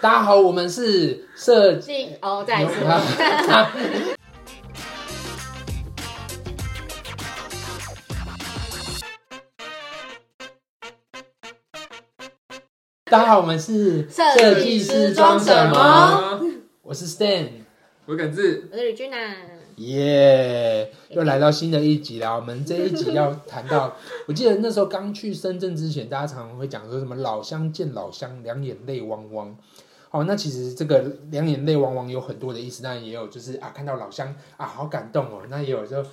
大家好，我们是设计。进哦，再一次。大家好，我们是设计师装什么？我是 Stan，我敢字，我是吕君娜，耶又来到新的一集啦。我们这一集要谈到， 我记得那时候刚去深圳之前，大家常常会讲说什么老乡见老乡，两眼泪汪汪。哦，那其实这个两眼泪汪汪有很多的意思，那也有就是啊，看到老乡啊，好感动哦。那也有时候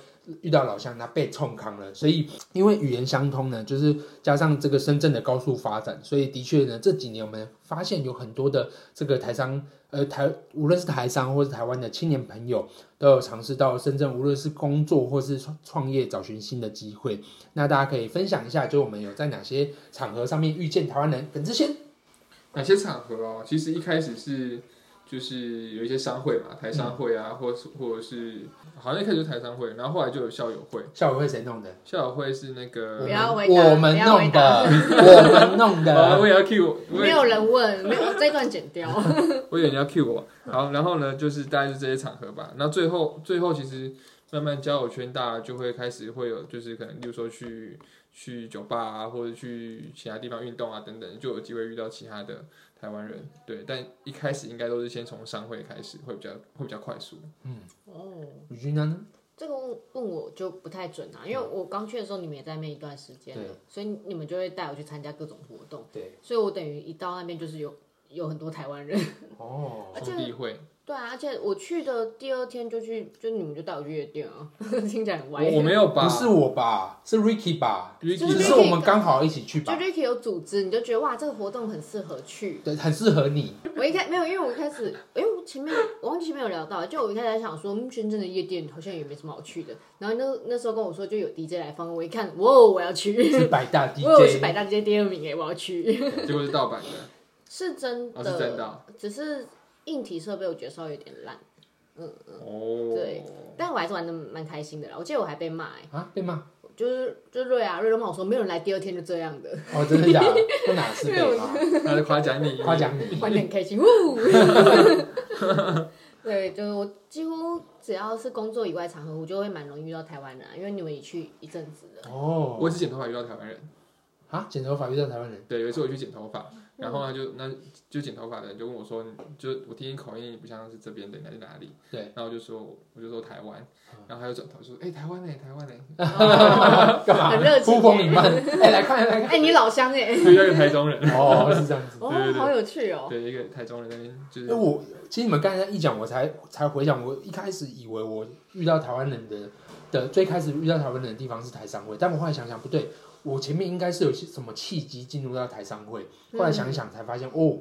遇到老乡，那被冲康了。所以因为语言相通呢，就是加上这个深圳的高速发展，所以的确呢，这几年我们发现有很多的这个台商，呃，台无论是台商或是台湾的青年朋友。都有尝试到深圳，无论是工作或是创创业，找寻新的机会。那大家可以分享一下，就我们有在哪些场合上面遇见台湾人？耿志先，哪些场合哦？其实一开始是就是有一些商会嘛，台商会嗯啊，或是或者是好像一开始就台商会，然后后来就有校友会，校友会谁弄的？校友会是那我不个，们要回答我们弄的，不要我们弄啊，的。我也要 Q 我，我没也有人问，没有这段剪掉。我以为你要 Q 我。好，然后呢，就是大概是这些场合吧。那最后最后其实慢慢交友圈大，就会开始会有就是可能，例如说去去酒吧啊，或者去其他地方运动啊等等，就有机会遇到其他的台湾人。对，但一开始应该都是先从商会开始，会比较会比较快速。哦，吕君呢？这个问问我就不太准啊，因为我刚去的时候你们也在那边一段时间对了，所以你们就会带我去参加各种活动，对，所以我等于一到那边就是有有很多台湾人。哦，而且兄弟会，对啊，而且我去的第二天就去，就你们就带我去夜店啊， 听起来很歪。我我没有吧？不是我吧？是 Ricky 吧？ Ricky 就只是是 Ricky 我们刚好一起去就吧， Ricky 有组织，你就觉得哇，这个活动很适合去。对，很适合你。我一开没有，因为我一开始，因为我前面我忘记前面有聊到，就我一开始在想说，嗯，深圳的夜店好像也没什么好去的。然后那那时候跟我说就有 DJ 来放，我一看，哇，我要去，是百大因为我是 DJ，百大 DJ 第二名哎，我要去， 结果是盗版的，是真的，哦，是真的啊只是硬体设备我觉得稍微有点烂，哦。对但我还是玩的蛮开心的啦。我记得我还被骂哎，啊，对吗？就是就是瑞啊瑞都骂我说没有人来第二天就这样的，哦，真的假 的？我哪是被骂？他就夸奖 你，夸奖你，玩的很开心，呜。 对，就是我几乎只要是工作以外场合，我就会蛮容易遇到台湾人、啊，因为你们也去一阵 子了。哦，我也是剪头发遇到台湾人。啊，剪头发遇到台湾人，对，有一次我去剪头发，嗯然后呢就那就剪头发的人就问我说，你就我听你口音你不像是这边的，你来自哪里？对，然后我就说我就说台湾，嗯然后他就转头说，哎、台湾呢、台湾呢、干嘛？很热情呼朋引伴，哎，来看来看。哎、你老乡哎、就遇到一个台中人，哦，是这 样子。哦对对，对好有趣哦。对，一个台中人在那边就因是为我其实你们刚才一讲，我才才回想，我一开始以为我遇到台湾人的的最开始遇到台湾人的地方是台商会，但我后来想想不对，我前面应该是有些什么契机进入到台商会，后来想一想才发现哦。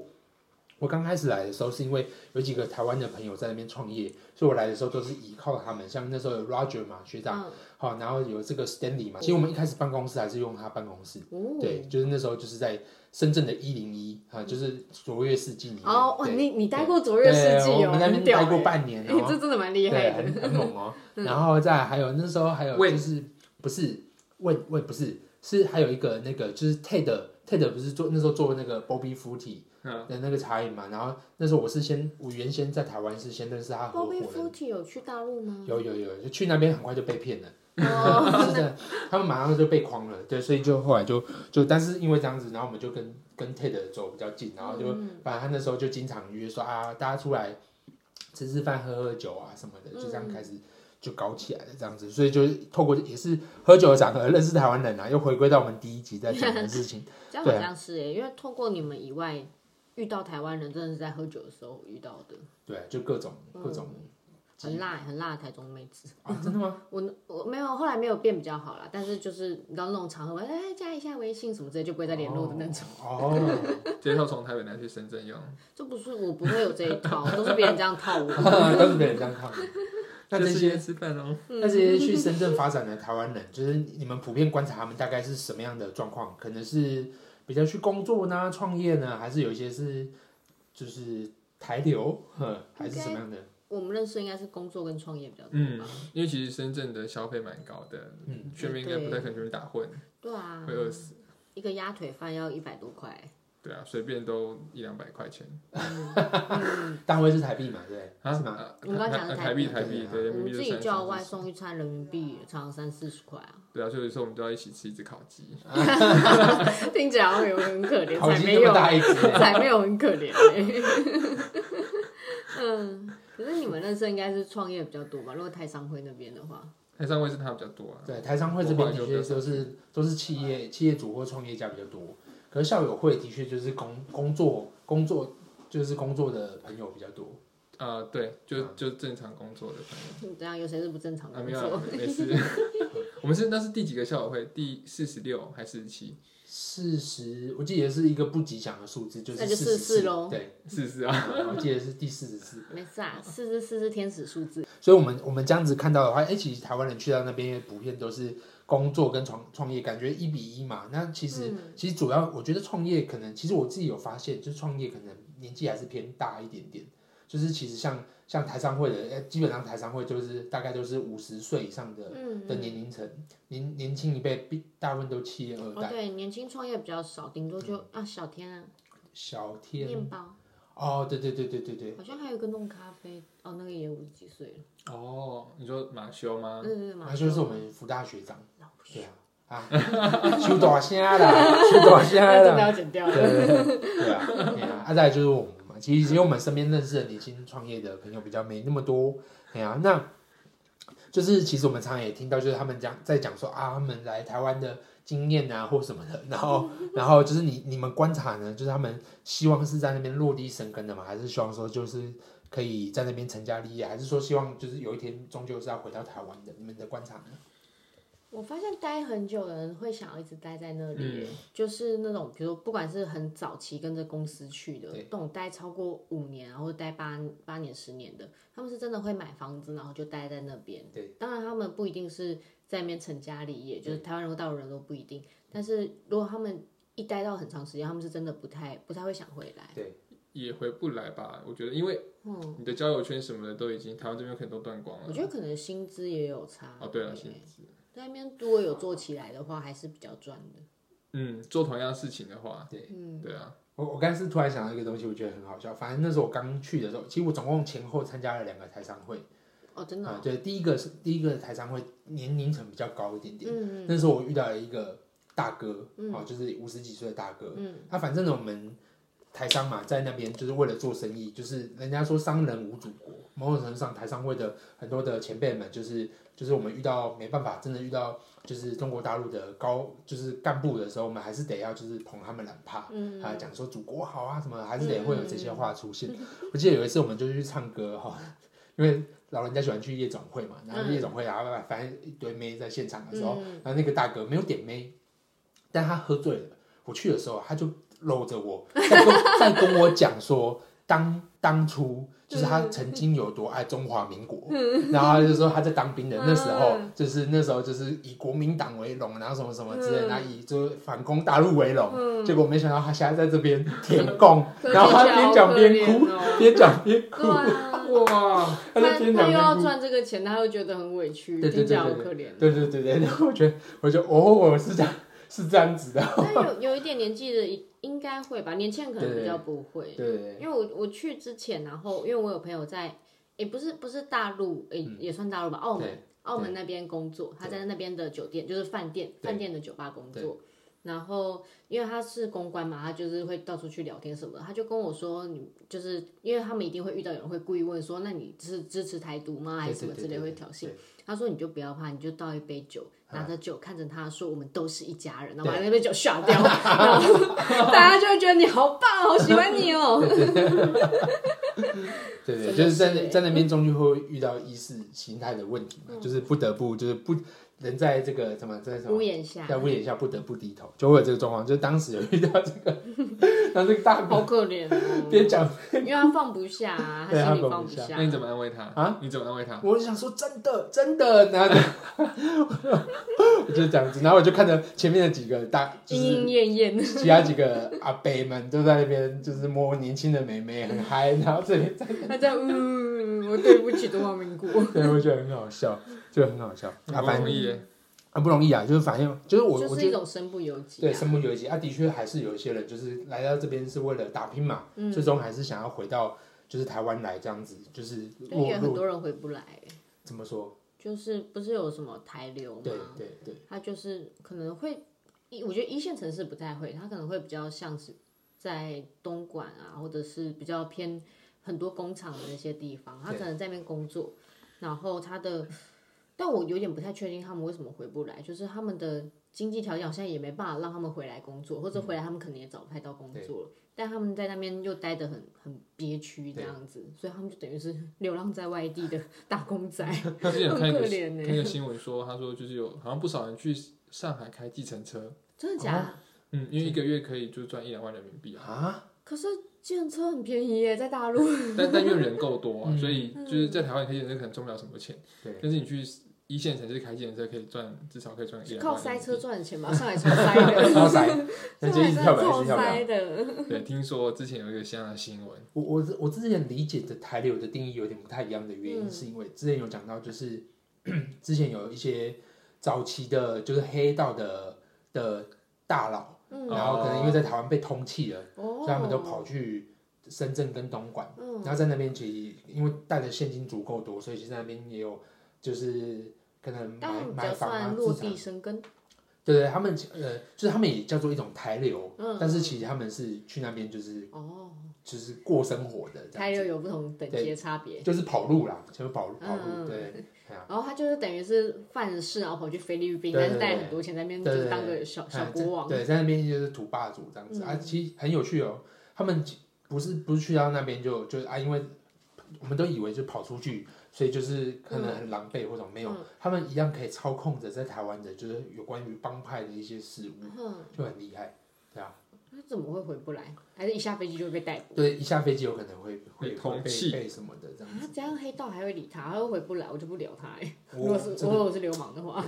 我刚开始来的时候是因为有几个台湾的朋友在那边创业，所以我来的时候都是依靠他们。像那时候有 Roger 嘛学长，嗯，好、然后有这个 Stanley 嘛。其实我们一开始办公室还是用他办公室，哦对，就是那时候就是在深圳的一零一啊，就是卓越世纪里面。哦，哇，对你你待过卓越世纪对哦，我们在那很边屌待欸过半年哎 这哦，真的蛮厉害对，的。很嗯很猛 哦。然后再来还有那时候还有就是不是问问不是是还有一个那个就是 TED TED 不是做那时候做那个 Bobby Fruity 嗯，的那个茶饮嘛，然后那时候我是先我原先在台湾是先认识他合伙 Bobby 人， Fruity 有去大陆吗？有有有，就去那边很快就被骗了。哦，是的，他们马上就被框了，对，所以就后来就就，但是因为这样子，然后我们就跟跟 Ted 走比较近，然后就嗯反正他那时候就经常约说啊，大家出来吃吃饭、喝喝酒啊什么的，就这样开始就搞起来了这样子，所以就透过也是喝酒的场合认识台湾人啊，又回归到我们第一集在讲的事情，这样好像是哎，因为透过你们以外遇到台湾人，真的是在喝酒的时候遇到的，对，就各种各种很辣很辣的台中妹子。啊，真的吗？我我没有，后来没有变比较好啦，但是就是你知道那种场合，哎，加一下微信什么之类就不会再联络的那种。哦，接受从台北来去深圳用，这不是我不会有这一套，都是别人这样套我。 哦都是被人这样看的。 那这这些些吃饭哦，那这些去深圳发展的台湾人，就是你们普遍观察他们大概是什么样的状况？可能是比较去工作呢、创业呢，还是有一些是就是台流，呵还是什么样的？我们认识应该是工作跟创业比较多嗯吧？，因为其实深圳的消费蛮高的，嗯，去那边应该不太可能去那边打混，对啊会，饿死。一个鸭腿饭要一百多块，对啊，随便都一两百块钱单位是台币嘛，对不啊对？是吗？啊啊，我们刚讲的台台币币台币对，我人民们币就自己30叫外送一餐人民币，常常三四十块啊， 对啊，所以说我们都要一起吃一只烤鸡。听起来好像有很可怜，好才鸡没这么有， 大一只，才没有很可怜、欸。嗯，可是你们认识应该是创业比较多吧？如果台商会那边的话，台哎上位是他比较多啊，对，台商会这边的确都是都是企业企业主或创业家比较多，可是校友会的确就是工工作工作就是工作的朋友比较多。啊，对，就就正常工作的朋这样有谁是不正常友啊，工没有作？啊，没事。我们是那是第几个校友会？第四十六还是七？四十，我记得是一个不吉祥的数字，就那是就四十44 咯对，四十啊，我记得是第四十四。没事啊，四十四是天使数字，所以我们我们这样子看到的话，哎、其实台湾人去到那边普遍都是工作跟创创业，感觉一比一嘛。那其实、其实主要我觉得创业可能，其实我自己有发现，就是创业可能年纪还是偏大一点点。就是其实像像台商会的，哎、基本上台商会就是大概都是五十岁以上的嗯，的年龄层，年年轻一辈，比大部分都企业二哦代。对，年轻创业比较少，顶多就啊小天啊，小嗯天，面包，哦，对对对对对对，好像还有一个弄咖啡，哦那个也五十几岁了，哦，你说马修吗？对对对，那马嗯就是上我们福大学长，老师 对啊。啊， 修大声啦，修大声那啦真的，要剪掉 了。对对对啊，对啊，啊，再来就是我们嘛，其实其实我们身边认识的年轻创业的朋友比较没那么多，哎呀、那就是其实我们常常也听到，就是他们讲在讲说啊，他们来台湾的经验啊或什么的，然后然后就是你你们观察呢，就是他们希望是在那边落地生根的嘛，还是希望说就是可以在那边成家立业，还是说希望就是有一天终究是要回到台湾的？你们的观察呢？我发现待很久的人会想要一直待在那里嗯耶，就是那种，比如不管是很早期跟着公司去的，对这种待超过五年啊，或者待八八年、十年的，他们是真的会买房子，然后就待在那边。对，当然他们不一定是在那边成家立业，就是台湾人或大陆人都不一定。但是如果他们一待到很长时间，他们是真的不太不太会想回来。也回不来吧？我觉得，因为嗯，你的交友圈什么的都已经台湾这边可能都断光我了。觉得可能薪资也有差。哦，对了，薪资，在那边如果有做起来的话，还是比较赚的。嗯，做同样事情的话，对嗯，对啊，我我刚是突然想到一个东西，我觉得很好笑。反正那时候我刚去的时候，其实我总共前后参加了两个台商会。哦，真的啊哦、、对，第一个是第一个台商会年龄层比较高一点点，嗯那时候我遇到了一个大哥，哦，就是五十几岁的大哥，嗯他反正呢我们台商嘛，在那边就是为了做生意，就是人家说商人无祖国，某种程度上台商会的很多的前辈们，就是就是我们遇到没办法，真的遇到就是中国大陆的高就是干部的时候，我们还是得要就是捧他们两怕，嗯啊，讲说祖国好啊什么，还是得会有这些话出现。我记得有一次我们就去唱歌哈、因为老人家喜欢去夜总会嘛，嗯然后夜总会啊，反正一堆妹在现场的时候，然后那个大哥没有点妹，但他喝醉了。我去的时候，他就搂着我，在跟 在跟我讲说，当当初就是他曾经有多爱中华民国，嗯然后他就说他在当兵的那时候，就是那时候就是以国民党为荣，然后什么什么之嗯类，然后以就是反攻大陆为荣，结果没想到他现在在这边舔 共，然后他边讲边哭，哭，边讲边哭哦对，啊，哇，他他在边他讲又要边哭。赚这个钱，他又觉得很委屈，对对对听起来好对可怜。对对对对， 然后我觉得，我觉得哦，我是这样， 是这样子的，但有有一点年纪的应该会吧，年轻人可能对比较不会，对对因为我我去之前，然后因为我有朋友在，也不是不是大陆，也也算大陆吧，澳门嗯对澳门那边工作，他在那边的酒店，就是饭店对饭店的酒吧工作。然后，因为他是公关嘛，他就是会到处去聊天什么的。他就跟我说，你就是因为他们一定会遇到有人会故意问说，那你是支持台独吗，还是什么之类会挑衅。衅。他说你就不要怕，你就倒一杯酒，嗯拿着酒看着他说我们都是一家人，然后把那杯酒下掉，然后 大家就会觉得你好棒，好喜欢你哦。对对，真的就是在是那欸在那边终究会遇到意识形态的问题嘛，嗯就是不得不就是不人在这个怎么在什么屋檐下，在屋檐下不得不低头，就会有这个状况。就是当时有遇到这个， 然后这个大哥好可 怜哦，边讲，因为他放不 下啊，对他他心里放放不不下下那。你怎么安慰他啊？你怎么安慰 他？我就想说真的真的，然后就 我就这样子，然后我就看着前面的几个大就莺是莺燕 燕，其他几个阿伯们都在那边，就是摸年轻的妹妹，很嗨。然后这里，他在嗯嗯，我对不起中华民国。对，我觉得很好笑，就很好笑。啊，很不反容易正耶，啊，不容易啊，就是反正就是我就我是觉一得种身不由己、对啊。身不由己啊，的确还是有一些人就是来到这边是为了打拼嘛，嗯，最终还是想要回到就是台湾来这样子，就是因为落很入多人回不来，怎么说？就是不是有什么台流嘛？对对对，他就是可能会，一我觉得一线城市不太会，他可能会比较像是在东莞啊，或者是比较偏很多工厂的那些地方，他对可能在那边工作，然后他的，但我有点不太确定他们为什么回不来，就是他们的经济条件好像也没办法让他们回来工作，或嗯者回来他们可能也找不太到工作了。但他们在那边又待得很很憋屈这样子，所以他们就等于是 流浪在外地的 打工仔，他之前有很看一可个怜欸呢、看一个新闻说，他说就是有好像不少人去上海开计程车，真的假的？嗯，因为一个月可以就赚一两万人民币啊，啊，可是计程车很便宜耶，在 大陆。但 但因为人够多啊，嗯所以就是在台湾开计程车可能赚不了什么钱，对，但是你去一线城市开计程车可以赚至少可以赚一两靠万人塞民币。车赚的钱嘛，上海超塞的，超塞， 那上就一海直真的跳表，一超直跳表。塞的。对，听说之前有一个这样的新闻，我我我之前理解的台流的定义有点不太一样的原因，嗯是因为之前有讲到，就是 之前有一些早期的，就是黑道的的大佬，嗯，然后可能因为在台湾被通气了，哦所以他们都跑。去深圳跟东莞，嗯，然后在那边其实因为带的现金足够多，所以其实在那边也有就是可能但买他们比买较房啊算、资落产地，生根。对对，他们呃就是他们也叫做一种台流，嗯，但是其实他们是去那边就是哦，就是过生活的这它样又子。有不同等级的差别。就是跑路啦，就是跑路嗯跑路，嗯对，哎呀然后他就是等于是犯事，然后跑去菲律宾，对对但是带很多钱在那边对就对是当个小小哎国王。在对，在那边就是土霸主这样子、嗯啊，其实很有趣哦。他们不是不是去到那边就就啊，因为我们都以为就跑出去，所以就是可能很狼狈或者没有，嗯他们一样可以操控着在台湾的，就是有关于帮派的一些事物，嗯，就很厉害，对啊，他怎么会回不来？还是一下飞机就被逮捕？对，一下飞机有可能会会被通会被缉被什么的这样啊子，，这样黑道还会理他？他又回不来，我就不聊他欸。如我果是这我个如果是流氓的话，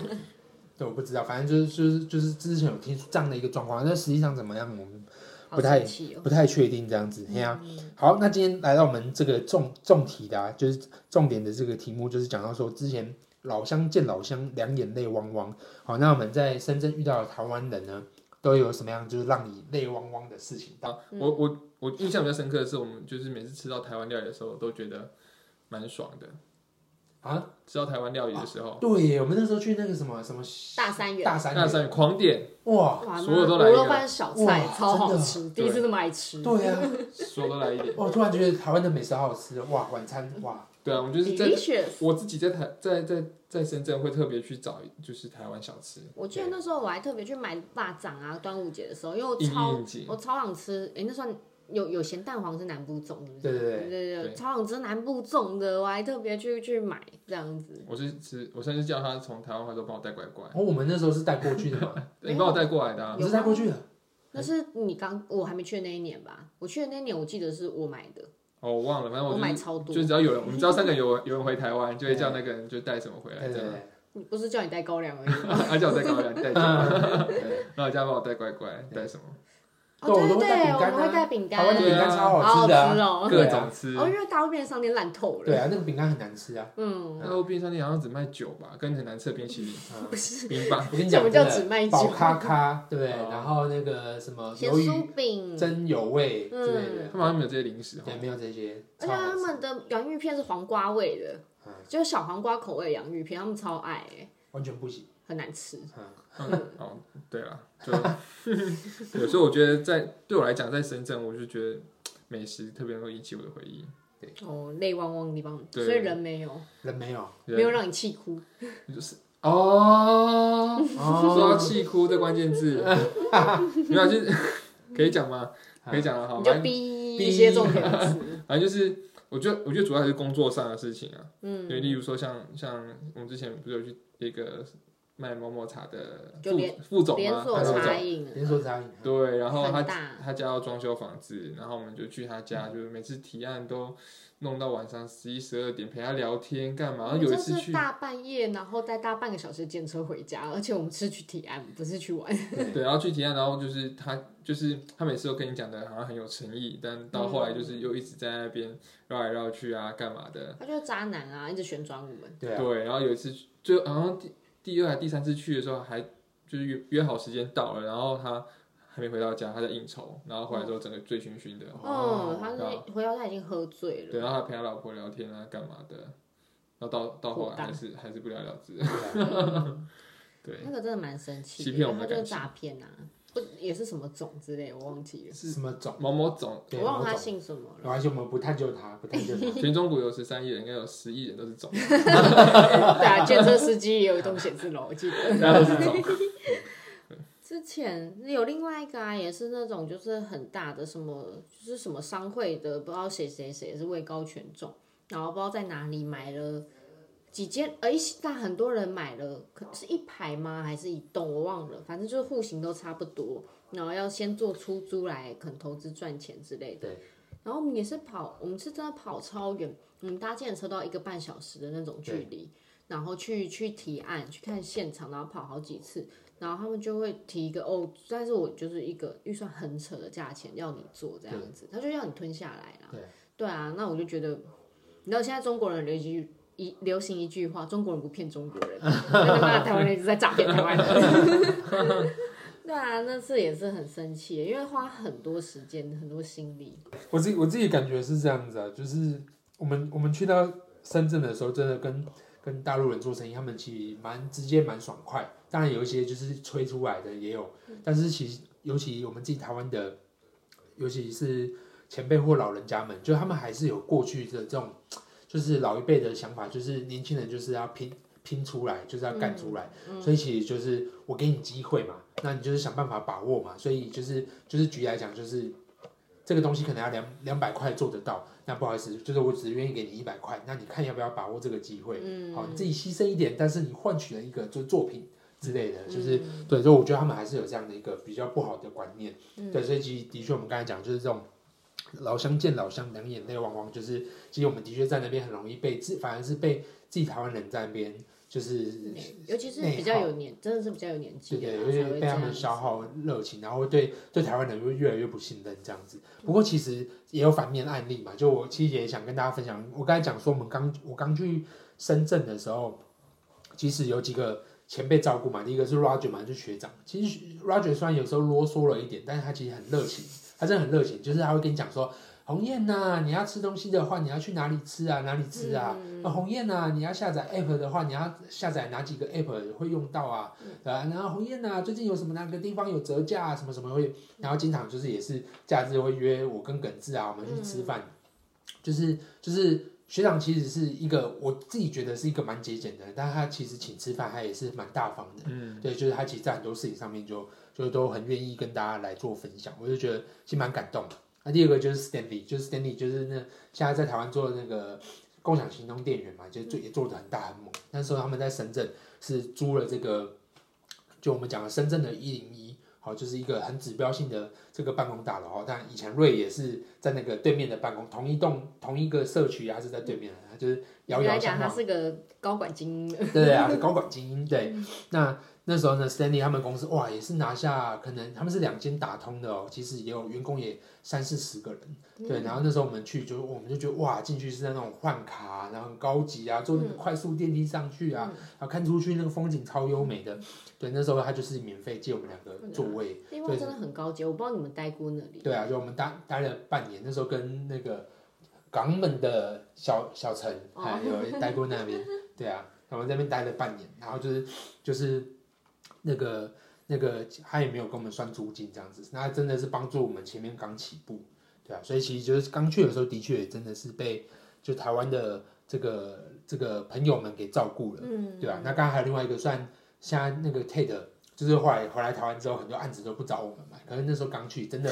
对我不知道，反正就是就是就是之前有听说这样的一个状况，但实际上怎么样我们好不太生气哦。不太确定这样嗯子，嘿啊。好，那今天来到我们这个重重题的、啊，就是重点的这个题目，就是讲到说之前老乡见老乡，两眼泪汪汪。好，那我们在深圳遇到的台湾人呢，都有什么样就是让你泪汪汪的事情？啊，嗯我我我印象比较深刻的是，我们就是每次吃到台湾料理的时候，都觉得蛮爽的。啊，吃到台湾料理的时候，对耶，我们那时候去那个什么什么大三元，大山那园，算狂点，哇，哇，所有都那来一卤个肉饭小菜哇超好真的吃，第一次这么爱吃。对 啊，说都来一点。我突然觉得台湾的美食好好吃哦，哇，晚餐哇，对啊，我们就是在 Delicious。我自己在台在在在深圳会特别去找就是台湾小吃，我记得那时候我还特别去买霸掌啊，端午节的时候，因为我应超哦应景。我超想吃，诶，那算有有咸蛋黄是南部粽，是不是？对对对对对对超想吃南部粽的，我还特别去去买这样子。我是吃，我甚至叫他从台湾回头帮我带乖乖，哦，我们那时候是带过去的嘛，嗯没有你帮我带过来的、啊。你是带过去的，那是你刚我还没去的那一年吧？我去的那一年，我记得是我买的，哦，我忘了，反正我我买就是超多就。只要有人，我们只要三个有有人回台湾，就会叫那个人就带什么回对来对这对样。你不是叫你带高粱而已吗？他叫我带高粱，带酒，啊对对，然后叫他帮我带乖乖，带什么？哦，对我对都会对带对，饼我干啊们会带饼干，台湾的饼干超好好吃的啊、哦。各种吃。哦，因为大陆便利商店烂透了。对啊，那个饼干很难吃 啊。嗯，那后便利商店好像只卖酒吧，跟很难吃的冰淇淋、 嗯不是冰棒。我跟你什讲，么真叫的只卖宝酒？咖 咖，对不对？哦然后那个什么咸鱿鱼酥饼，真有味嗯之类的他，们好像没有这些零食哈对，。没有这些，而且超好他吃。们的洋芋片是黄瓜味的，嗯，就是小黄瓜口味的洋芋片，他们超爱、欸，完全不行。很难吃。嗯，嗯哦，对了，就对，所以我觉得在对我来讲，在深圳，我就觉得美食特别能够引起我的回忆。哦，泪汪汪的地方，所对以人没有，人没有没有人让你气哭。 哦，说到哦，气哭这关键字，没有啊就是 可以讲吗？可以讲了，嗯好，你反就正逼逼一些重点 词，反正就是，我觉得我觉得主要还是工作上的事情啊。对，嗯，例如说像像我们之前不是有去一个卖某某茶的就连副副总连吗？锁他是有副这茶总饮，连锁餐饮。 对，然后很他大嗯他家要装修房子，然后我们就去他家，就是每次提案都弄到晚上十一十二点陪他聊天干嘛。然后有一次这去是，大半夜，然后再搭半个小时电车回家，而且我们是去提案，不是去玩。 对，啊对，然后去提案，然后就是他就是他每次都跟你讲的好像很有诚意，但到后来就是又一直在那边绕来绕去啊干嘛的。他就是渣男啊，一直旋转我们。对啊，对，然后有一次去，就好像第第二还第三次去的时候还就是约约好时间到了，然后他还没回到家，他在应酬，然后回来之后整个醉醺醺的，哦，他然后是回到他已经喝醉对，了，然后他陪他老婆聊天啊，干嘛的，然后到到后来还是还是不了了之，啊 对，那个真的蛮神奇欺的，骗我因们为的他就是感情诈骗啊，不也是什么种之类，我忘记了，是什么种？ 某某 种对我忘了他某种姓什么没了。关系，我们不探究它，不探究它。全中国有十三亿人，应该有十亿人都是 种，对 啊，建设司机也有一栋写字楼，我记得。大家都是种，之前有另外一个啊，也是那种就是很大的什么，就是什么商会的，不知道谁谁谁也是位高权重，然后不知道在哪里买了几间，呃，一起但很多人买了，可是一排吗？还是一栋？我忘了，反正就是户型都差不多，然后要先做出租来，可能投资赚钱之类的对。然后我们也是跑，我们是真的跑超远，我们搭建车到一个半小时的那种距离，然后去去提案，去看现场，然后跑好几次。然后他们就会提一个哦，但是我就是一个预算很扯的价钱要你做这样子，他就要你吞下来啦。对对啊，那我就觉得，你知道现在中国人流行一流行一句话，中国人不骗中国 人，但他妈的台湾人一直在诈骗台湾人。 对啊，那次也是很生气，因为花很多时间、很多心力。我自己我自己感觉是这样子啊，就是我们我们去到深圳的时候，真的跟跟大陆人做生意，他们其实蛮直接蛮爽快。当然有一些就是吹出来的也有，但是其实尤其我们自己台湾的，尤其是前辈或老人家们，就他们还是有过去的这种，就是老一辈的想法，就是年轻人就是要拼拼出来，就是要干出来。所以其实就是我给你机会嘛，那你就是想办法把握嘛。所以就是就是举例来讲，就是这个东西可能要两两百块做得到，那不好意思，就是我只愿意给你一百块，那你看要不要把握这个机会？嗯，好，你自己牺牲一点，但是你换取了一个就是作品之类的，就是、嗯对，所以我觉得他们还是有这样的一个比较不好的观念。嗯对，所以其实的确我们刚才讲就是这种。老乡见老乡，两眼泪汪汪。就是，其实我们的确在那边很容易被自，反而是被自己台湾人在那边，就是嗯尤其是内比较耗有年，真的是比较有年纪对的对，有人才点会被这他样们子消耗热情，然后对对台湾人会越来越不信任这样子。不过其实也有反面案例嘛，就我其实也想跟大家分享，我刚才讲说我们刚我刚去深圳的时候，其实有几个前辈照顾嘛，第一个是 Roger 嘛，就是学长。其实 Roger 虽然有时候啰嗦了一点，但是他其实很热情，他真的很热情，就是他会跟你讲说。鸿雁呐、你要吃东西的话，你要去哪里吃啊？哪里吃啊？那鸿雁呐，你要下载 app 的话，你要下载哪几个 app 会用到啊？对啊，然后鸿雁呐，最近有什么哪个地方有折价啊？什么什么会，然后经常就是也是假日会约我跟耿志啊，我们去吃饭，就是就是学长其实是一个我自己觉得是一个蛮节俭的人，但他其实请吃饭他也是蛮大方的，嗯，对，就是他其实在很多事情上面就就都很愿意跟大家来做分享，我就觉得其实蛮感动的。那、第二个就是 Stanley，就是 Stanley 就是那现在在台湾做的那个共享行动电源嘛，就是做也做的很大很猛。那时候他们在深圳是租了这个，就我们讲的深圳的一零一。好，就是一个很指标性的这个办公大楼哦。但以前瑞也是在那个对面的办公，同一栋同一个社区啊，是在对面的，他就是遥你遥来相讲，望他。是个高管精英，对啊，高管精英对。那那时候呢，Stanley 他们公司哇也是拿下，可能他们是两间打通的哦，其实也有员工也三四十个人，对。然后那时候我们去就我们就觉得哇，进去是那种换卡啊、然后很高级啊，坐那个快速电梯上去啊，然后看出去那个风景超优美的。对，那时候他就是免费借我们两个座位，地方真的很高级，我不知道你们待过那里。对啊，就我们待待了半年，那时候跟那个港本的小小陈，哦哎、有待过那边，对啊，我们在那边待了半年，然后就是就是那个那个他也没有跟我们算租金这样子，那真的是帮助我们前面刚起步，对啊，所以其实就是刚去的时候，的确也真的是被就台湾的这个这个朋友们给照顾了，嗯，对啊，那刚刚还有另外一个，虽然现在那个 TED 就是后来回来台湾之后，很多案子都不找我们嘛，可能那时候刚去，真的。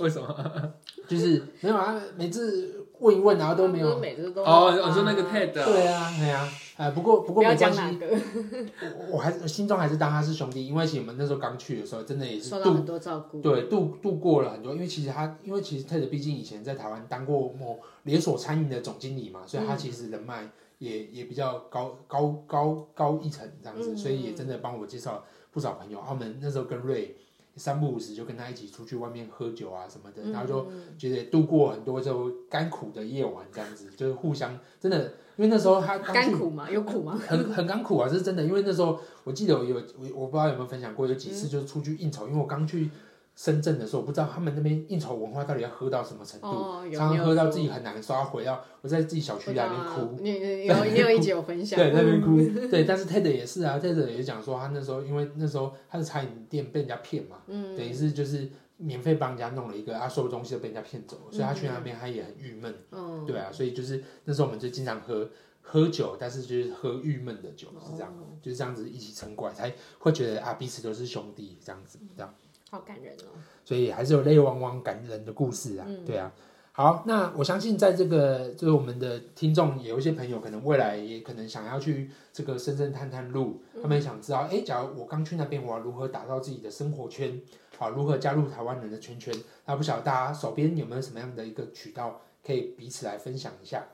为什么？就是没有啊，每次问一问然后都没他有们。每次都哦，发我说那个 TED，对啊，对啊，哎，不过不不过要没关讲系哪，个，我我还是心中还是当他是兄弟，因为其实我们那时候刚去的时候，真的也是受到度很多照顾。对度度过了很多，因为其实他因为其实 Ted 毕竟以前在台湾当过某连锁餐饮的总经理嘛，所以他其实人脉也也比较高高高高一层这样子，嗯啊所以也真的帮我介绍不少朋友。澳门那时候跟瑞三不五时就跟他一起出去外面喝酒啊什么的，然后就嗯觉得度过很多就甘苦的夜晚，这样子就是互相真的，因为那时候他刚甘去苦嘛，有苦吗？很很甘苦啊，这是真的。因为那时候我记得我有我我不知道有没有分享过，有几次就是出去应酬，因为我刚去深圳的时候，我不知道他们那边应酬文化到底要喝到什么程度，哦，有常常你有喝到说自己很难刷，回到我在自己小区我那懂边啊哭。 你 你有你有一集有分享，对，那边 哭。对，但是 TED 也是啊，TED 也讲说他那时候因为那时候他的餐饮店被人家骗嘛，嗯，等于是就是免费帮人家弄了一个，他所有东西都被人家骗走了，所以他去那边他也很郁闷。嗯，对啊，所以就是那时候我们就经常喝喝酒，但是就是喝郁闷的酒，哦是这样，就是这样子一起撑过来，才会觉得啊彼此都是兄弟这样子，这样，好感人哦。所以还是有泪汪汪感人的故事啊，嗯对啊。好，那我相信在这个就是我们的听众有一些朋友，可能未来也可能想要去这个深圳探探路，嗯他们也想知道，诶，假如我刚去那边，我要如何打造自己的生活圈？好，如何加入台湾人的圈圈？那不晓得大家手边有没有什么样的一个渠道可以彼此来分享一下？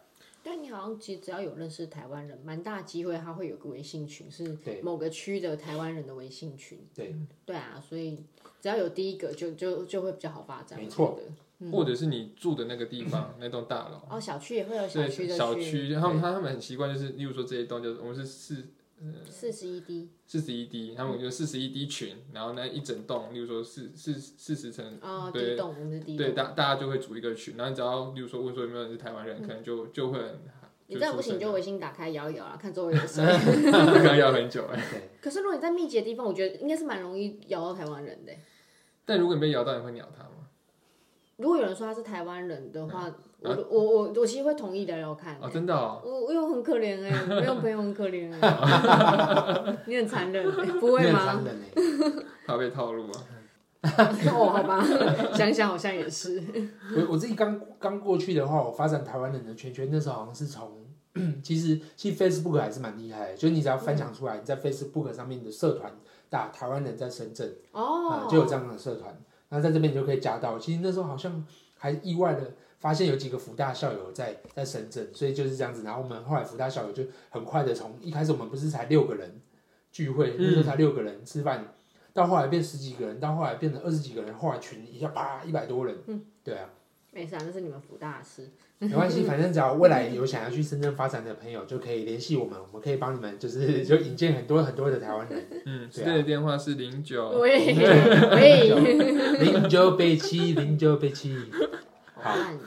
但你好像其实只要有认识台湾人，蛮大机会他会有个微信群，是对某个区的台湾人的微信群。对对啊，所以只要有第一个就，就就会比较好发展。没我觉错得。或者是你住的那个地方那栋大楼，哦，小区也会有小区对，的小区，他们他他们很习惯，就是例如说这一栋就是我们是四四十一 D 四十一 D，他嗯们有四十一 D 群，然后那一整栋，例如说四四四十层，哦，对地栋我们是地对，栋。大大家就会组一个群，然后只要例如说问说有没有人是台湾人，可能就就会很嗯你这样不行，你就微信打开摇一摇啊，看周围有 谁。 可能要很久。对，可是如果你在密集的地方，我觉得应该是蛮容易摇到台湾人的。但如果你被摇到，你会鸟他吗？如果有人说他是台湾人的嗯话，我啊我我我其实会同意聊聊看。哦，真的哦，我我又很可怜哎、我有朋友很可怜哎、 你很残忍、欸，不会面吗？商人欸怕被套路啊。 哦，好吧，想想好像也是，我我自己刚刚过去的话，我发展台湾人的圈圈，那时候好像是从， 其实其实 Facebook 还是蛮厉害的，就是你只要分享出来，你在 Facebook 上面的社团打台湾人在深圳啊、哦，就有这样的社团，那在这边你就可以加到。其实那时候好像还意外的发现有几个福大校友在在深圳，所以就是这样子。然后我们后来福大校友就很快的从一开始我们不是才六个人聚会，那时候才六个人吃饭，到后来变十几个人，到后来变成二十几个人，后来群一下啪一百多人，嗯，对啊。没事啊，那是你们福大的事。没关系，反正只要未来有想要去深圳发展的朋友，就可以联系我们，我们可以帮你们，就是 就引荐很多很多的台湾人。嗯，对啊这的电话是零九，喂喂，零九北七，零九北七。好烂啊，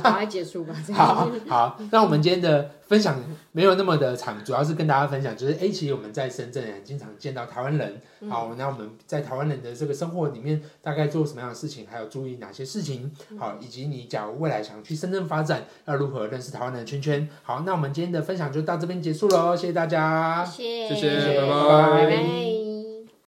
赶快结束吧，这好样。好，那我们今天的分享没有那么的长，主要是跟大家分享，就是哎、诶其实我们在深圳也经常见到台湾人。好，那我们在台湾人的这个生活里面，大概做什么样的事情，还有注意哪些事情？好，以及你假如未来想去深圳发展，要如何认识台湾人的圈圈？好，那我们今天的分享就到这边结束喽，谢谢大家。谢谢谢拜拜拜拜